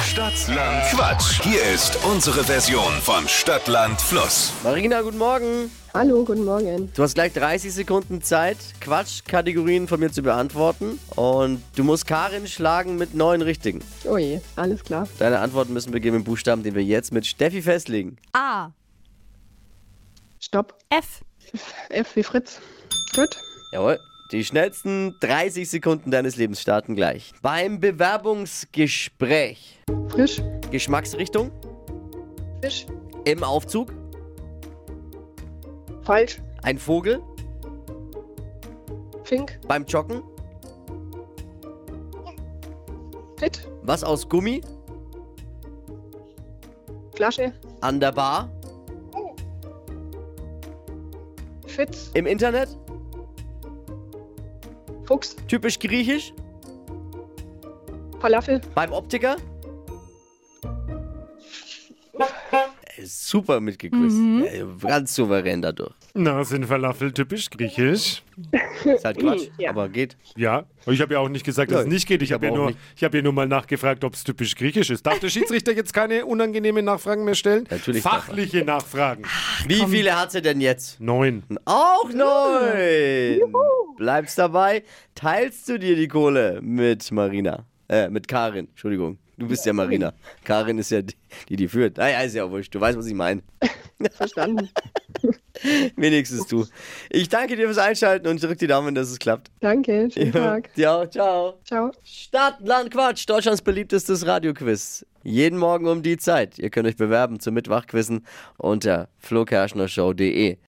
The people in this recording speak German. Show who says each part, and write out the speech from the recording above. Speaker 1: Stadtland Quatsch. Hier ist unsere Version von Stadtland Fluss.
Speaker 2: Marina, guten Morgen.
Speaker 3: Hallo, guten Morgen.
Speaker 2: Du hast gleich 30 Sekunden Zeit, Quatschkategorien von mir zu beantworten. Und du musst Karin schlagen mit neun richtigen.
Speaker 3: Oh je, alles klar.
Speaker 2: Deine Antworten müssen beginnen mit Buchstaben, den wir jetzt mit Steffi festlegen.
Speaker 4: A.
Speaker 3: Stopp.
Speaker 4: F.
Speaker 3: F wie Fritz. Gut.
Speaker 2: Jawohl. Die schnellsten 30 Sekunden deines Lebens starten gleich. Beim Bewerbungsgespräch.
Speaker 3: Frisch.
Speaker 2: Geschmacksrichtung?
Speaker 3: Fisch.
Speaker 2: Im Aufzug?
Speaker 3: Falsch.
Speaker 2: Ein Vogel?
Speaker 3: Fink.
Speaker 2: Beim Joggen?
Speaker 3: Fit.
Speaker 2: Was aus Gummi?
Speaker 3: Flasche.
Speaker 2: An der Bar?
Speaker 3: Fitz.
Speaker 2: Im Internet?
Speaker 3: Fuchs.
Speaker 2: Typisch griechisch?
Speaker 3: Falafel.
Speaker 2: Beim Optiker? Äh, Super mitgegrüßt. Äh, Ganz souverän dadurch.
Speaker 5: Na, sind Falafel typisch griechisch?
Speaker 2: Ist halt Quatsch,
Speaker 3: Ja.
Speaker 2: aber geht.
Speaker 5: Ja, ich habe ja auch nicht gesagt, dass es
Speaker 2: Nein,
Speaker 5: nicht geht.
Speaker 2: ich
Speaker 5: Ich habe
Speaker 2: aber
Speaker 5: ja,
Speaker 2: auch
Speaker 5: nur-
Speaker 2: nicht.
Speaker 5: ich hab ja nur mal nachgefragt, ob es typisch griechisch ist. Darf der Schiedsrichter jetzt keine unangenehmen Nachfragen mehr stellen?
Speaker 2: Natürlich darf er.
Speaker 5: Fachliche Nachfragen.
Speaker 2: Wie viele hat sie denn jetzt?
Speaker 5: Neun.
Speaker 2: Auch neun! Bleibst dabei, teilst du dir die Kohle mit Marina. Äh, mit Karin, Entschuldigung. Du bist ja Marina. Karin ist ja die, die, die führt. Naja, ist ja auch wurscht. Du weißt, was ich meine.
Speaker 3: Verstanden.
Speaker 2: Wenigstens du. Ich danke dir fürs Einschalten und drück die Daumen, dass es klappt.
Speaker 3: Danke. Schönen Tag.
Speaker 2: Ja, ciao.
Speaker 3: Ciao.
Speaker 2: Stadt, Land, Quatsch, Deutschlands beliebtestes Radioquiz. Jeden Morgen um die Zeit. Ihr könnt euch bewerben zum Mitwachquizen unter flokerschnershow.de.